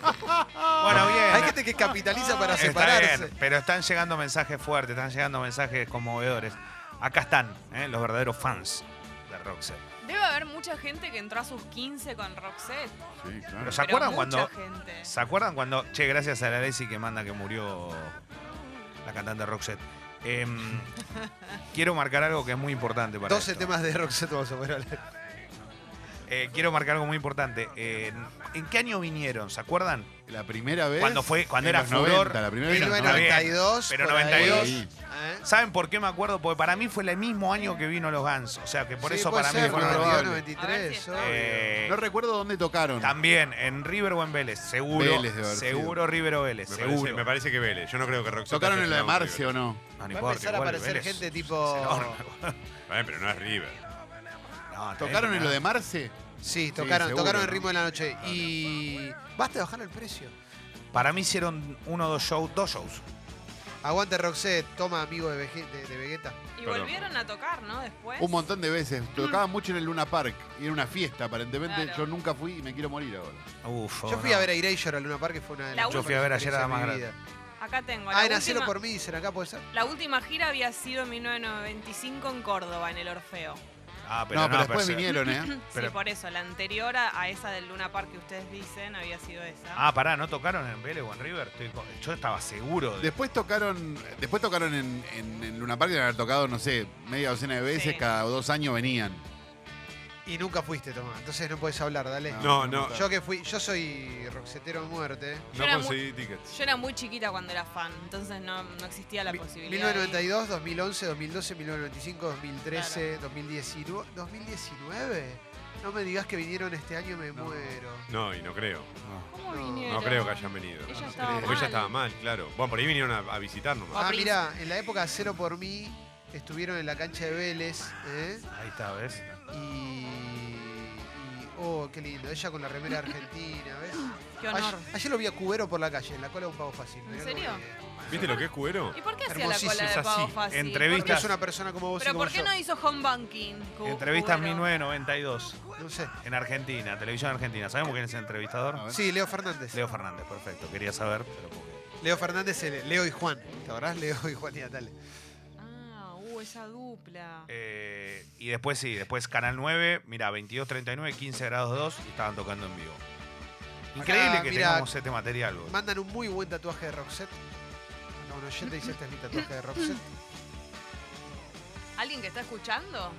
Speaker 5: Bueno, bien.
Speaker 1: Hay gente que capitaliza para
Speaker 5: Está
Speaker 1: separarse.
Speaker 5: bien, pero están llegando mensajes fuertes, están llegando mensajes conmovedores. Acá están ¿eh? los verdaderos fans de Roxette.
Speaker 3: Debe haber mucha gente que entró a sus 15 con Roxette.
Speaker 4: Sí, claro.
Speaker 5: Pero ¿se acuerdan
Speaker 3: pero
Speaker 5: cuando
Speaker 3: Mucha gente.
Speaker 5: ¿Se acuerdan cuando, che, gracias a la Lesi que manda que murió la cantante Roxette? Em, quiero marcar algo que es muy importante para
Speaker 1: 12
Speaker 5: esto.
Speaker 1: temas de Roxette vamos a poder hablar.
Speaker 5: Eh, quiero marcar algo muy importante. Eh, ¿En qué año vinieron? ¿Se acuerdan?
Speaker 4: La primera vez.
Speaker 5: Cuando fue- cuando
Speaker 4: en
Speaker 5: era
Speaker 4: los
Speaker 5: furor.
Speaker 4: 90, la primera vez. que nos
Speaker 1: 1992.
Speaker 5: pero
Speaker 1: por ahí.
Speaker 5: 92.
Speaker 4: Sí.
Speaker 1: ¿Eh?
Speaker 5: ¿Saben por qué me acuerdo? Porque para mí fue el mismo año que vino Los Guns. O sea, que por
Speaker 1: Sí,
Speaker 5: eso
Speaker 1: puede
Speaker 5: para mí
Speaker 1: ser,
Speaker 5: fue
Speaker 4: no,
Speaker 5: probable.
Speaker 1: 92, 93.
Speaker 3: A ver si
Speaker 1: obvio.
Speaker 5: Eh,
Speaker 4: No recuerdo dónde tocaron.
Speaker 5: también, en River o en Vélez. Seguro.
Speaker 4: Vélez debe haber
Speaker 5: seguro River o Vélez.
Speaker 2: Me
Speaker 5: seguro.
Speaker 2: parece, me parece que Vélez. Yo no creo que Roxette...
Speaker 4: ¿Tocaron
Speaker 2: haya
Speaker 4: en la de
Speaker 2: llegado a
Speaker 4: Marce o no?
Speaker 5: No, no
Speaker 1: Va a
Speaker 5: importa,
Speaker 1: empezar a
Speaker 5: igual
Speaker 1: aparecer
Speaker 5: Vélez
Speaker 1: gente
Speaker 5: es
Speaker 1: tipo.
Speaker 5: enorme.
Speaker 2: River. Eh, pero no es River.
Speaker 5: No, no,
Speaker 4: ¿Tocaron
Speaker 5: no.
Speaker 4: en lo de Marce?
Speaker 1: Sí, tocaron,
Speaker 4: seguro.
Speaker 1: tocaron el ritmo de la noche. Y. Basta de bajar el precio.
Speaker 5: Para mí hicieron uno o dos shows, dos shows.
Speaker 1: Aguante Roxette, toma amigo de, Vege- de- de Vegeta.
Speaker 3: Y
Speaker 2: Perdón.
Speaker 3: volvieron a tocar, ¿no? Después.
Speaker 4: Un montón de veces. Tocaban mucho en el Luna Park. Y era una fiesta, aparentemente.
Speaker 3: Claro.
Speaker 4: Yo nunca fui y me quiero morir ahora.
Speaker 5: Uf,
Speaker 1: Yo
Speaker 5: oh,
Speaker 1: fui
Speaker 5: no.
Speaker 1: a ver a Erasure al Luna Park, que fue una de
Speaker 3: La
Speaker 1: las
Speaker 3: Yo
Speaker 1: mejores
Speaker 5: fui a ver ayer a la
Speaker 1: experiencias
Speaker 5: más
Speaker 1: de mi
Speaker 5: grande.
Speaker 1: vida.
Speaker 3: Acá tengo. La,
Speaker 1: Ah, en Hacelo
Speaker 3: última,
Speaker 1: por mí, dicen acá, puede ser.
Speaker 3: la última gira había sido en 1995 en Córdoba, en el Orfeo.
Speaker 5: Ah, pero
Speaker 4: no, pero después
Speaker 5: se-
Speaker 4: vinieron, ¿eh?
Speaker 5: Pero-
Speaker 3: sí, por eso. La anterior a, a esa del Luna Park que ustedes dicen había sido esa.
Speaker 5: Ah, pará, ¿no tocaron en Vélez o en River? Estoy co- yo estaba seguro. De...
Speaker 4: Después tocaron, después tocaron en, en, en Luna Park y haber tocado, no sé, media docena de veces,
Speaker 3: Sí.
Speaker 4: cada dos años venían.
Speaker 1: Y nunca fuiste, Tomás. Entonces no podés hablar, dale.
Speaker 4: Ah,
Speaker 2: No, no.
Speaker 1: Yo que fui, yo soy roxetero a muerte.
Speaker 2: No
Speaker 3: era
Speaker 2: conseguí tickets.
Speaker 3: Yo era muy chiquita cuando era fan, entonces no, no existía la
Speaker 1: Mi-
Speaker 3: posibilidad. de ir.
Speaker 1: 1992, 2011, 2012, 1995, 2013, 2019. ¿2019? No me digas que vinieron este año, me muero.
Speaker 2: No, y no creo.
Speaker 4: Ah,
Speaker 3: ¿Cómo
Speaker 1: No, no
Speaker 3: vinieron?
Speaker 2: No creo que hayan venido.
Speaker 3: Ella estaba
Speaker 2: Porque ella
Speaker 3: mal.
Speaker 2: estaba mal, claro. Bueno, por ahí vinieron a, a visitar nomás.
Speaker 1: Ah,
Speaker 3: Prince.
Speaker 1: mira, en la época Cero por mí estuvieron en la cancha de Vélez. ¿eh?
Speaker 5: Ahí está, ¿ves?
Speaker 1: Y, y- Oh, qué lindo. Ella con la remera argentina, ¿ves?
Speaker 3: Qué honor.
Speaker 1: Ayer, ayer lo vi a Cubero por la calle, en la cola de un pavo fácil.
Speaker 3: ¿En
Speaker 1: Mirá cómo
Speaker 3: serio?
Speaker 1: que-
Speaker 2: ¿Viste lo que es cubero?
Speaker 3: ¿Y por qué hacía la
Speaker 2: Hermosísimo,
Speaker 3: cola de
Speaker 2: es
Speaker 3: Pavo
Speaker 2: así.
Speaker 3: Fácil?
Speaker 1: ¿Por qué
Speaker 5: Entrevistas.
Speaker 1: es una persona como vos y
Speaker 3: ¿Pero
Speaker 1: como
Speaker 3: por qué
Speaker 1: yo?
Speaker 3: no hizo home banking?
Speaker 1: Oh,
Speaker 3: Cu-
Speaker 5: Entrevistas
Speaker 3: Cubero?
Speaker 5: 1992
Speaker 1: No sé.
Speaker 5: en Argentina, televisión argentina. ¿Sabemos quién es el
Speaker 4: A
Speaker 5: entrevistador?
Speaker 4: ver.
Speaker 1: Sí, Leo Fernández. Leo,
Speaker 5: Leo Fernández, perfecto. Quería saber, pero porque-
Speaker 1: Fernández, el- Leo y Juan. ¿Te acordás? Leo y Juan y Natale.
Speaker 3: Ah, uh, esa dupla.
Speaker 5: Eh, y después sí, después Canal 9, mira, 22.39, 15 grados 2 y estaban tocando en vivo. Increíble
Speaker 1: Acá,
Speaker 5: que
Speaker 1: mirá,
Speaker 5: tengamos este material. boludo.
Speaker 1: Mandan un muy buen tatuaje de Roxette. Acá un oyente dice, este es mi tatuaje de Roxette.
Speaker 3: ¿Alguien que está escuchando?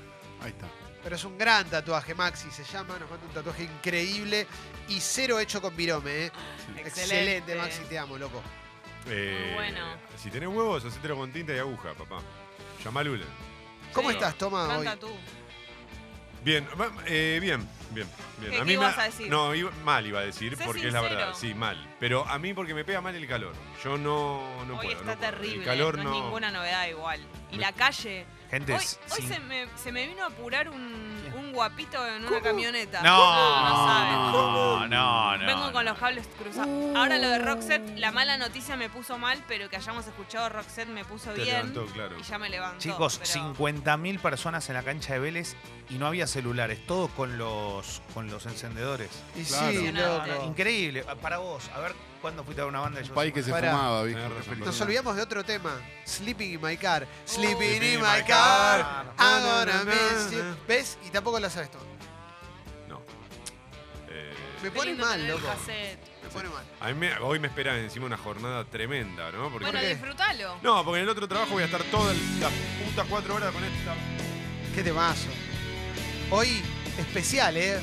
Speaker 4: Ahí está.
Speaker 1: Pero es un gran tatuaje, Maxi se llama, nos manda un tatuaje increíble y cero hecho con virome, ¿eh? Excelente, Maxi, te amo, loco.
Speaker 2: Eh,
Speaker 3: bueno.
Speaker 2: Si tenés huevos, hacételo con tinta y aguja, papá. Llama a Lula.
Speaker 1: ¿Cómo
Speaker 3: Sí.
Speaker 1: estás, Toma, hoy?
Speaker 3: Canta tú.
Speaker 2: Bien, va- eh, bien, bien, bien.
Speaker 3: ¿Qué-
Speaker 2: a mí
Speaker 3: qué
Speaker 2: me-
Speaker 3: ibas a decir?
Speaker 2: No, iba- mal iba a decir,
Speaker 3: Sé
Speaker 2: porque es la
Speaker 3: sincero.
Speaker 2: verdad. Sí, mal. Pero a mí porque me pega mal el calor. Yo no, no
Speaker 3: Hoy
Speaker 2: puedo.
Speaker 3: está
Speaker 2: no puedo.
Speaker 3: terrible,
Speaker 2: El calor
Speaker 3: no,
Speaker 2: no.
Speaker 3: es ninguna novedad igual. Y
Speaker 2: Me-
Speaker 3: la calle.
Speaker 5: Gente,
Speaker 3: Hoy,
Speaker 5: es-
Speaker 3: hoy
Speaker 5: sí.
Speaker 3: se, me, se me vino a apurar un, un guapito en una camioneta.
Speaker 5: No,
Speaker 3: no saben.
Speaker 5: no, no, no.
Speaker 3: Vengo con los cables cruzados. Ahora lo de Roxette, la mala noticia me puso mal, pero que hayamos escuchado Roxette me puso
Speaker 2: Te
Speaker 3: bien.
Speaker 2: levantó, claro.
Speaker 3: Y ya me levantó.
Speaker 5: Chicos,
Speaker 3: pero-
Speaker 5: 50.000 personas en la cancha de Vélez y no había celulares, todo con los, con los encendedores.
Speaker 1: Y
Speaker 4: Claro.
Speaker 1: sí,
Speaker 3: Impresionante.
Speaker 1: loco.
Speaker 5: Increíble. Ah, Para vos, a ver cuándo fuiste a una banda de
Speaker 4: Un país que se
Speaker 1: Pará.
Speaker 4: fumaba, ¿viste?
Speaker 2: Tenés razón.
Speaker 1: Nos olvidamos de otro tema. Sleeping in my
Speaker 3: Oh.
Speaker 1: car. Sleeping
Speaker 2: Sleeping
Speaker 1: in
Speaker 2: in
Speaker 1: my
Speaker 2: my
Speaker 1: car.
Speaker 5: car.
Speaker 1: I'm gonna
Speaker 2: Na, na, na,
Speaker 1: miss you.
Speaker 2: na.
Speaker 1: ¿Ves? Y tampoco la sabes todo.
Speaker 2: No. Eh,
Speaker 1: Me
Speaker 3: Qué
Speaker 1: pone
Speaker 3: lindo
Speaker 1: mal,
Speaker 3: tener el
Speaker 1: loco.
Speaker 3: cassette.
Speaker 1: Me pone mal.
Speaker 2: a mí me- hoy me espera encima una jornada tremenda, ¿no? Porque
Speaker 3: Bueno,
Speaker 1: qué?
Speaker 3: disfrútalo.
Speaker 2: No, porque en el otro trabajo voy a estar todas las putas cuatro horas con esta.
Speaker 1: Qué temazo. Hoy, especial, ¿eh?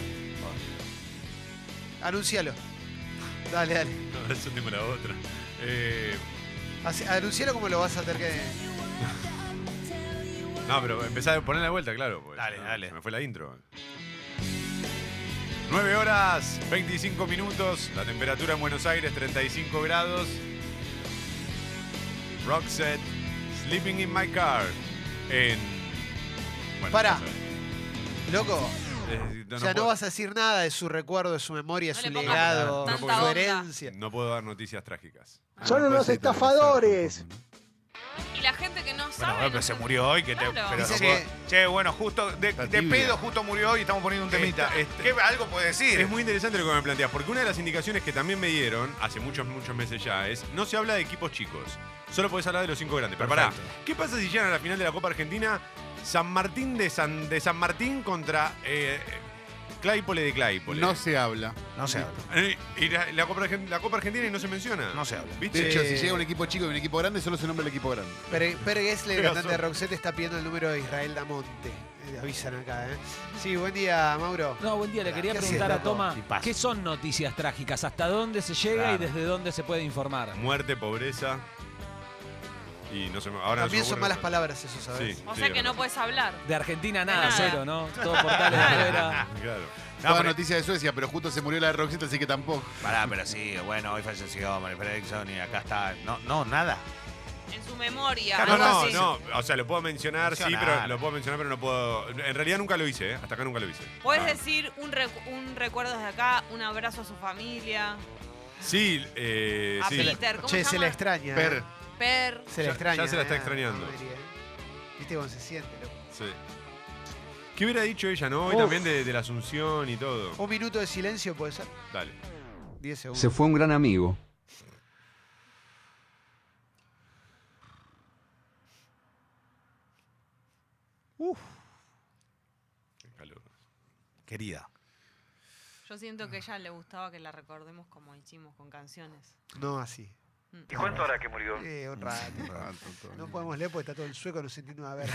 Speaker 1: Anuncialo. Dale, dale.
Speaker 2: No, yo tengo la otra. Eh,
Speaker 1: Así- Anuncialo como lo vas a tener que.
Speaker 2: no, pero empezá a poner la vuelta, claro. pues.
Speaker 5: Dale,
Speaker 2: No,
Speaker 5: dale.
Speaker 2: Se me fue la intro. 9 horas, 25 minutos. La temperatura en Buenos Aires, 35 grados. Roxette, Sleeping in My Car. En. Bueno,
Speaker 1: Pará.
Speaker 2: no sé.
Speaker 1: Loco,
Speaker 2: Eh,
Speaker 1: o sea, no
Speaker 2: puedo-
Speaker 1: vas a decir nada de su recuerdo, de su memoria,
Speaker 3: No
Speaker 1: su
Speaker 3: le pongas
Speaker 1: legado,
Speaker 3: tanta
Speaker 1: su
Speaker 3: onda.
Speaker 1: herencia.
Speaker 2: No puedo dar noticias trágicas.
Speaker 7: Son unos estafadores.
Speaker 3: Y la gente que no sabe.
Speaker 5: Bueno, bueno,
Speaker 3: no
Speaker 5: pero se
Speaker 3: sé-
Speaker 5: murió hoy, que te-
Speaker 3: Claro.
Speaker 5: pero
Speaker 1: Dice
Speaker 5: no puedo-
Speaker 1: que-
Speaker 5: Che, bueno, justo de,
Speaker 4: Está
Speaker 5: de
Speaker 4: tibia.
Speaker 5: pedo justo murió hoy y estamos poniendo un temita. Este-
Speaker 2: Esta- esta-
Speaker 5: ¿Qué- algo puede decir.
Speaker 2: Es muy interesante lo que me planteas, porque una de las indicaciones que también me dieron hace muchos, muchos meses ya es, no se habla de equipos chicos, solo podés hablar de los cinco grandes. Pero pará,
Speaker 5: Perfecto.
Speaker 2: ¿qué pasa si llegan a la final de la Copa Argentina San Martín de San, de San Martín contra eh, Claypole de Claypole?
Speaker 4: No se habla.
Speaker 5: No se habla.
Speaker 2: Eh, Y la, la Copa, Argen- la Copa Argentina y no se menciona.
Speaker 5: No se habla.
Speaker 4: De
Speaker 2: ¿Viste?
Speaker 4: hecho, si llega un equipo chico y un equipo grande, solo se nombra el equipo grande.
Speaker 1: Per, Per Gessle, el
Speaker 2: Qué
Speaker 1: cantante de
Speaker 2: razón.
Speaker 1: Roxette, está pidiendo el número de Israel Damonte. Eh, avisan acá, ¿eh? Sí, buen día, Mauro.
Speaker 6: No, buen
Speaker 5: Ah,
Speaker 6: día. Le quería
Speaker 1: ¿Qué haces,
Speaker 6: preguntar a
Speaker 1: loco?
Speaker 6: Toma
Speaker 5: Sí, pasa.
Speaker 6: qué son noticias trágicas, hasta dónde se llega
Speaker 5: Claro. Mm.
Speaker 6: y desde dónde se puede informar.
Speaker 2: Muerte, pobreza. Y no se me- ahora no se me
Speaker 1: También son
Speaker 2: ocurre
Speaker 1: malas
Speaker 2: otra.
Speaker 1: palabras, eso, ¿sabes?
Speaker 2: Sí,
Speaker 3: O
Speaker 2: sí,
Speaker 3: sea que
Speaker 2: claro.
Speaker 3: no puedes hablar.
Speaker 6: De
Speaker 5: Ah.
Speaker 6: Argentina nada,
Speaker 3: nada.
Speaker 6: cero, ¿no? Todo portales de afuera.
Speaker 2: Ah, Claro.
Speaker 4: Toda
Speaker 5: pero-
Speaker 4: noticia de Suecia, pero justo se murió la de Roxette, así que tampoco.
Speaker 5: Pará, pero sí, bueno, hoy falleció María Fredrickson y acá está. No, no, nada.
Speaker 3: En su memoria.
Speaker 2: No,
Speaker 3: algo
Speaker 2: no,
Speaker 3: así.
Speaker 2: no. O sea, lo puedo mencionar, sí,
Speaker 5: Mencionar.
Speaker 2: pero lo puedo mencionar, pero no puedo. En realidad nunca lo hice, ¿eh? Hasta acá nunca lo hice.
Speaker 3: Puedes
Speaker 2: Ah.
Speaker 3: decir un, recu- un recuerdo desde acá, un abrazo a su familia,
Speaker 2: Sí, eh,
Speaker 3: a
Speaker 2: sí.
Speaker 3: Peter. ¿Cómo
Speaker 1: Che,
Speaker 3: se
Speaker 1: se
Speaker 3: llama?
Speaker 1: la extraña. ¿eh?
Speaker 4: Per.
Speaker 3: Per.
Speaker 1: Se la
Speaker 2: Ya-
Speaker 1: extraña.
Speaker 2: ya se la está
Speaker 1: ¿eh?
Speaker 2: extrañando.
Speaker 1: A Mary, ¿eh? Viste cómo se siente, loco.
Speaker 2: sí. ¿Qué hubiera dicho ella, no? Hoy
Speaker 7: Uf.
Speaker 2: también de, de la Asunción y todo.
Speaker 1: Un minuto de silencio puede ser.
Speaker 2: Dale.
Speaker 1: 10 segundos.
Speaker 8: Se fue un gran amigo.
Speaker 2: Qué calor.
Speaker 5: Querida.
Speaker 3: Yo siento que a ella le gustaba que la recordemos como hicimos con canciones.
Speaker 1: No así.
Speaker 3: Mm.
Speaker 1: ¿Y cuánto hora que murió? Eh, un rato.
Speaker 4: Ah, tonto.
Speaker 1: No podemos leer porque está todo el sueco, no se entiende una verga.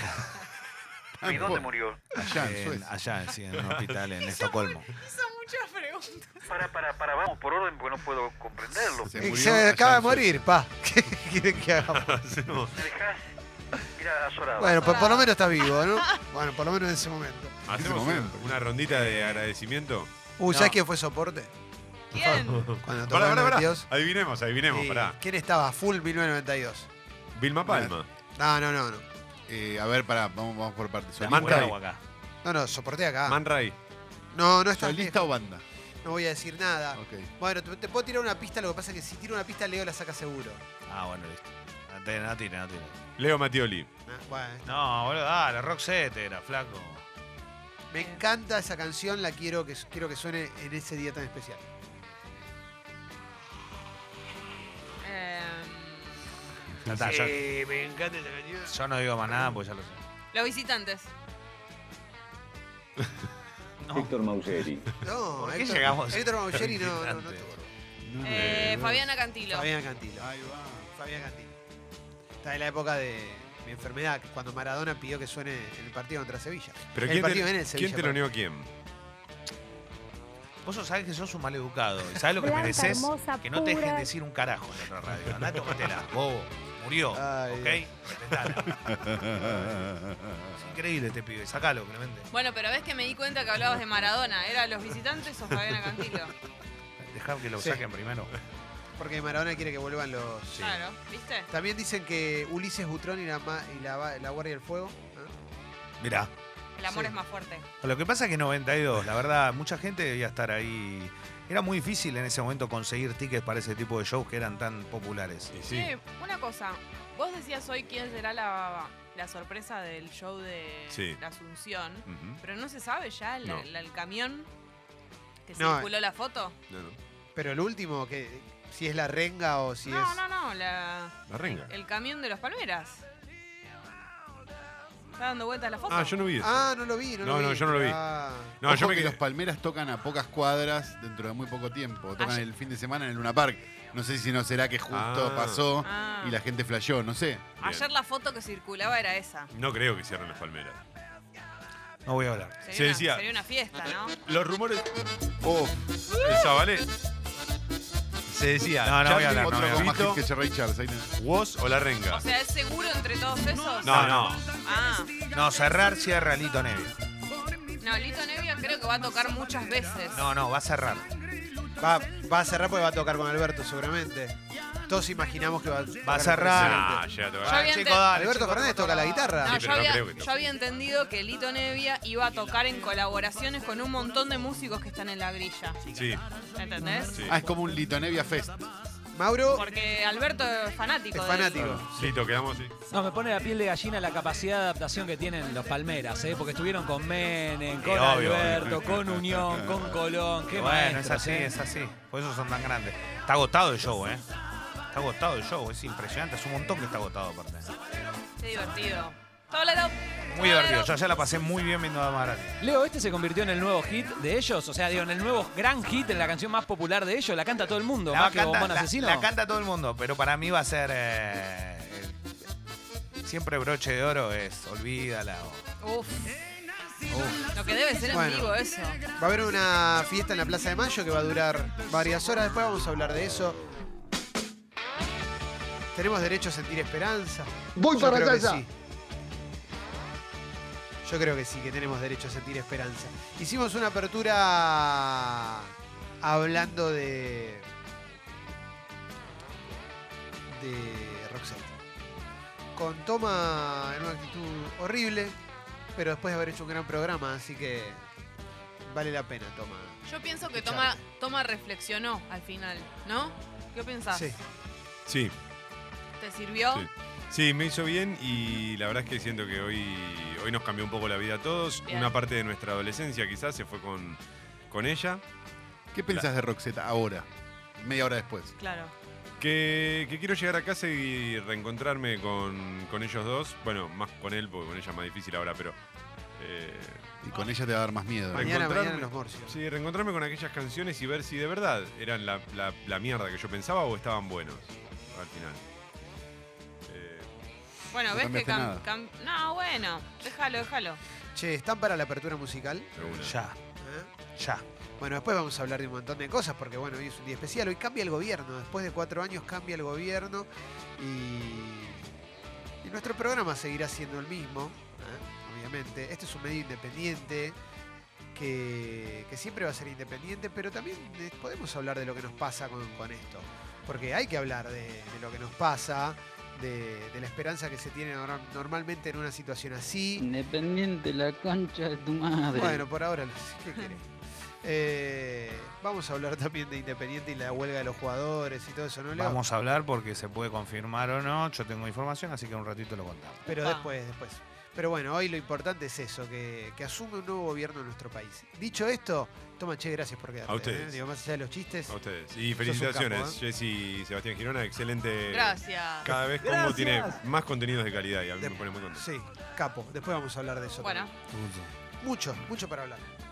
Speaker 4: ¿Y dónde murió? Ah, Allá, en
Speaker 5: En-
Speaker 4: Suecia.
Speaker 5: allá, sí, en un hospital en Estocolmo.
Speaker 3: Hizo muchas preguntas.
Speaker 9: Para, para, para, vamos por orden porque no puedo comprenderlo.
Speaker 4: Se
Speaker 1: Eh,
Speaker 4: murió
Speaker 1: Se
Speaker 4: allá
Speaker 1: acaba de
Speaker 4: en Suecia.
Speaker 1: morir, pa. ¿Qué quieren que hagamos?
Speaker 9: Me dejás, mira, azorado.
Speaker 1: Bueno, por, por lo menos está vivo, ¿no? Bueno, por lo menos en ese momento.
Speaker 2: Hacemos una,
Speaker 4: momento.
Speaker 2: una rondita de agradecimiento.
Speaker 1: Uy, ¿sabes quién fue soporte?
Speaker 3: ¿Quién?
Speaker 1: Cuando tocó
Speaker 2: Pará,
Speaker 1: en
Speaker 2: pará, pará.
Speaker 1: 92.
Speaker 2: Adivinemos, adivinemos,
Speaker 1: Eh,
Speaker 2: pará.
Speaker 1: ¿Quién estaba? Full 1992.
Speaker 2: Vilma Palma.
Speaker 1: No, no, no, no.
Speaker 4: Eh, a ver, pará, vamos, vamos por partes.
Speaker 5: Está
Speaker 4: ¿Solista,
Speaker 2: Man-
Speaker 5: muy bravo acá.
Speaker 1: No, no, soporté acá.
Speaker 2: Man Ray.
Speaker 1: no, no está
Speaker 4: solista o banda?
Speaker 1: No voy a decir nada.
Speaker 4: Ok.
Speaker 1: Bueno, te, te puedo tirar una pista, lo que pasa es que si tiro una pista, Leo la saca seguro.
Speaker 5: Ah, bueno, listo. No tire, no tire, no tire.
Speaker 2: Leo Mattioli.
Speaker 1: Ah, Bueno,
Speaker 5: No, boludo, dale, Roxette era, flaco.
Speaker 1: me encanta esa canción, la quiero que, quiero que suene en ese día tan especial.
Speaker 3: Eh,
Speaker 5: Ya está, yo,
Speaker 2: me encanta esa canción.
Speaker 5: yo no digo más nada porque ya lo sé.
Speaker 3: los visitantes.
Speaker 7: Héctor Mauseri.
Speaker 1: No,
Speaker 5: ¿Por qué llegamos
Speaker 1: Héctor Maugeri no, no, no,
Speaker 5: antes?
Speaker 1: tuvo.
Speaker 3: Eh, Fabiana Cantilo.
Speaker 1: Fabián Cantilo.
Speaker 4: Ahí va.
Speaker 1: Fabián Cantilo. Está en la época de mi enfermedad, cuando Maradona pidió que suene en el partido contra Sevilla.
Speaker 2: Pero
Speaker 1: el
Speaker 2: ¿quién
Speaker 1: partido
Speaker 2: te,
Speaker 1: en el Sevilla.
Speaker 2: ¿quién te lo
Speaker 1: perdón.
Speaker 2: unió a quién?
Speaker 5: Vos sabés que sos un maleducado. ¿Y sabés lo que
Speaker 10: Blanca,
Speaker 5: mereces?
Speaker 10: hermosa,
Speaker 5: que no te dejen
Speaker 10: pura.
Speaker 5: decir un carajo en la radio. Andá, tomatela, bobo. murió.
Speaker 1: Ay,
Speaker 5: ¿Ok? Respetala. Es increíble este pibe. Sacalo, Clemente.
Speaker 3: Bueno, pero ves que me di cuenta que hablabas de Maradona. ¿Era los visitantes o Fabiana Cantilo?
Speaker 5: Dejá que lo
Speaker 1: Sí.
Speaker 5: saquen primero.
Speaker 1: Porque Maradona quiere que vuelvan los.
Speaker 3: Claro, ¿viste?
Speaker 1: También dicen que Ulises Butrón y la, ma- y la, va- la Guardia del Fuego. ¿eh?
Speaker 5: Mirá.
Speaker 3: El amor
Speaker 1: Sí.
Speaker 3: es más fuerte.
Speaker 5: Lo que pasa es que 92, la verdad, mucha gente debía estar ahí. Era muy difícil en ese momento conseguir tickets para ese tipo de shows que eran tan populares.
Speaker 2: Y sí.
Speaker 3: Che, Eh, una cosa. Vos decías hoy quién será la, la sorpresa del show de
Speaker 2: Sí.
Speaker 3: la Asunción.
Speaker 2: Ujú.
Speaker 3: Pero no se sabe ya el,
Speaker 2: No.
Speaker 3: el- el camión que
Speaker 1: No,
Speaker 3: circuló la foto.
Speaker 2: No, no.
Speaker 1: Pero el último, que si es la renga o si
Speaker 3: no,
Speaker 1: es.
Speaker 3: no, no, la-
Speaker 2: La renga.
Speaker 3: el camión de los Palmeras. ¿Está dando vuelta la foto?
Speaker 2: Ah, yo no vi eso.
Speaker 1: Ah, no lo vi, no,
Speaker 2: No,
Speaker 1: lo vi.
Speaker 2: no, yo no lo vi.
Speaker 1: Ah.
Speaker 2: no,
Speaker 4: Ojo
Speaker 2: yo me
Speaker 4: que
Speaker 2: quedé.
Speaker 4: los Palmeras tocan a pocas cuadras dentro de muy poco tiempo. Tocan
Speaker 3: Ayer-
Speaker 4: el fin de semana en el Luna Park. No sé si no será que justo
Speaker 2: Ah.
Speaker 4: pasó
Speaker 3: Ah.
Speaker 4: y la gente flasheó, no sé.
Speaker 3: Ayer la foto que circulaba era esa.
Speaker 2: No creo que cierren las palmeras.
Speaker 5: No voy a hablar.
Speaker 3: Sería,
Speaker 2: Se
Speaker 3: una,
Speaker 2: decía-
Speaker 3: sería una fiesta, ¿no?
Speaker 2: Los rumores.
Speaker 4: Oh,
Speaker 2: El Zabalé. Se decía.
Speaker 5: No, no voy a
Speaker 2: Charlie,
Speaker 5: hablar, no
Speaker 4: otro
Speaker 5: voy a
Speaker 4: con más
Speaker 2: Vito,
Speaker 4: hit que Jerry Charles. ahí no-
Speaker 2: Woz o la renga.
Speaker 3: O sea, ¿es seguro entre todos esos?
Speaker 2: No, no.
Speaker 3: Ah,
Speaker 5: No, cerrar cierra Lito Nevia.
Speaker 3: no, Lito Nevia creo que va a tocar muchas veces.
Speaker 5: No, no, va a cerrar.
Speaker 1: Va, va a cerrar porque va a tocar con Alberto, seguramente. Todos imaginamos que va,
Speaker 5: Va a
Speaker 1: tocar
Speaker 5: cerrar.
Speaker 1: con
Speaker 2: Ah,
Speaker 1: Presidente.
Speaker 2: ya te
Speaker 3: Yo había ente-
Speaker 1: Alberto Fernández toca la guitarra.
Speaker 3: No,
Speaker 2: Sí,
Speaker 3: yo,
Speaker 2: pero no
Speaker 3: había,
Speaker 2: creo que no.
Speaker 3: yo había entendido que Lito Nevia iba a tocar en colaboraciones con un montón de músicos que están en la grilla.
Speaker 2: Sí,
Speaker 3: ¿Entendés?
Speaker 2: sí.
Speaker 4: Ah, es como un Lito Nevia Fest.
Speaker 1: Mauro
Speaker 3: Porque Alberto es fanático.
Speaker 1: es
Speaker 3: de
Speaker 1: fanático.
Speaker 2: Lito, quedamos. sí.
Speaker 6: No, me pone la piel de gallina la capacidad de adaptación que tienen los Palmeras, ¿eh? porque estuvieron con Menem, con
Speaker 5: Sí, obvio,
Speaker 6: Alberto, con Unión, con Colón. Qué
Speaker 5: bueno, es
Speaker 6: maestros,
Speaker 5: así,
Speaker 6: ¿eh?
Speaker 5: es así. Por eso son tan grandes. Está agotado el show, ¿eh? Está agotado el show, es impresionante. Es un montón que está agotado, aparte.
Speaker 3: Qué divertido. Tolero.
Speaker 5: Muy divertido. Yo ya la pasé muy bien viendo a Amaral.
Speaker 6: Leo, este se convirtió en el nuevo hit de ellos, o sea, digo, en el nuevo gran hit, en la canción más popular de ellos, la canta todo el mundo,
Speaker 5: La,
Speaker 6: más que
Speaker 5: canta-
Speaker 6: Bombón
Speaker 5: la-
Speaker 6: Asesino.
Speaker 5: la canta todo el mundo, pero para mí va a ser. eh, siempre broche de oro es. Olvídala. o-
Speaker 3: Uf. Lo que debe ser
Speaker 1: Bueno.
Speaker 3: en vivo eso.
Speaker 1: Va a haber una fiesta en la Plaza de Mayo que va a durar varias horas. Después vamos a hablar de eso. Tenemos derecho a sentir esperanza.
Speaker 7: Voy
Speaker 1: Yo
Speaker 7: para
Speaker 1: creo que
Speaker 7: allá.
Speaker 1: sí. Yo creo que sí, que tenemos derecho a sentir esperanza. Hicimos una apertura hablando de. de Roxette. Con Toma en una actitud horrible, pero después de haber hecho un gran programa, así que vale la pena, Toma.
Speaker 3: Yo pienso que Toma, Toma reflexionó al final, ¿no? ¿Qué pensás?
Speaker 1: Sí.
Speaker 2: Sí,
Speaker 3: ¿Te sirvió?
Speaker 2: Sí. sí, me hizo bien y la verdad es que siento que hoy, hoy nos cambió un poco la vida a todos.
Speaker 3: Bien.
Speaker 2: Una parte de nuestra adolescencia quizás se fue con, con ella.
Speaker 4: ¿Qué pensás de Roxette ahora? Media hora después.
Speaker 3: Claro.
Speaker 2: Que, que quiero llegar a casa y reencontrarme con, con ellos dos. Bueno, más con él, porque con ella es más difícil ahora, pero. eh,
Speaker 4: Y con ella te va a dar más miedo.
Speaker 2: Ay,
Speaker 1: Mañana,
Speaker 2: encontrarme.
Speaker 1: mañana en los morcios.
Speaker 2: sí, reencontrarme con aquellas canciones y ver si de verdad eran la, la- la mierda que yo pensaba o estaban buenos al final. Eh,
Speaker 3: Bueno,
Speaker 4: No
Speaker 3: ves que.
Speaker 4: cambiaste
Speaker 3: cam-
Speaker 4: nada.
Speaker 3: cam- no, bueno. Déjalo, déjalo.
Speaker 1: Che, ¿están para la apertura musical?
Speaker 2: de una.
Speaker 5: Ya,
Speaker 1: ¿Eh?
Speaker 5: ya.
Speaker 1: Bueno, después vamos a hablar de un montón de cosas, porque bueno, hoy es un día especial, hoy cambia el gobierno, después de cuatro años cambia el gobierno y, y nuestro programa seguirá siendo el mismo, ¿eh? obviamente. Este es un medio independiente, que, que siempre va a ser independiente, pero también eh, podemos hablar de lo que nos pasa con, con esto, porque hay que hablar de, de lo que nos pasa. De, de la esperanza que se tiene ahora- normalmente en una situación así.
Speaker 8: Independiente la cancha de tu madre.
Speaker 1: Bueno, por ahora, los- ¿qué querés? Eh, vamos a hablar también de Independiente y la huelga de los jugadores y todo eso, ¿no, Leo?
Speaker 5: Vamos a hablar porque se puede confirmar o no. Yo tengo información, así que en un ratito lo contamos.
Speaker 1: Pero
Speaker 3: Opa.
Speaker 1: después, después. Pero bueno, hoy lo importante es eso, que, que asume un nuevo gobierno en nuestro país. Dicho esto, toma, che, gracias por quedarte.
Speaker 2: A ustedes.
Speaker 1: ¿eh? Digo, más allá de los chistes.
Speaker 2: A ustedes. Y
Speaker 1: Sos un
Speaker 2: felicitaciones,
Speaker 1: capo, ¿eh?
Speaker 2: Jessy y Sebastián Girona. Excelente.
Speaker 3: Gracias.
Speaker 2: Cada vez Combo tiene más contenidos de calidad y a mí
Speaker 1: De-
Speaker 2: me pone muy contento.
Speaker 1: Sí, capo. Después vamos a hablar de eso.
Speaker 3: Bueno.
Speaker 1: también. Mucho, mucho para hablar.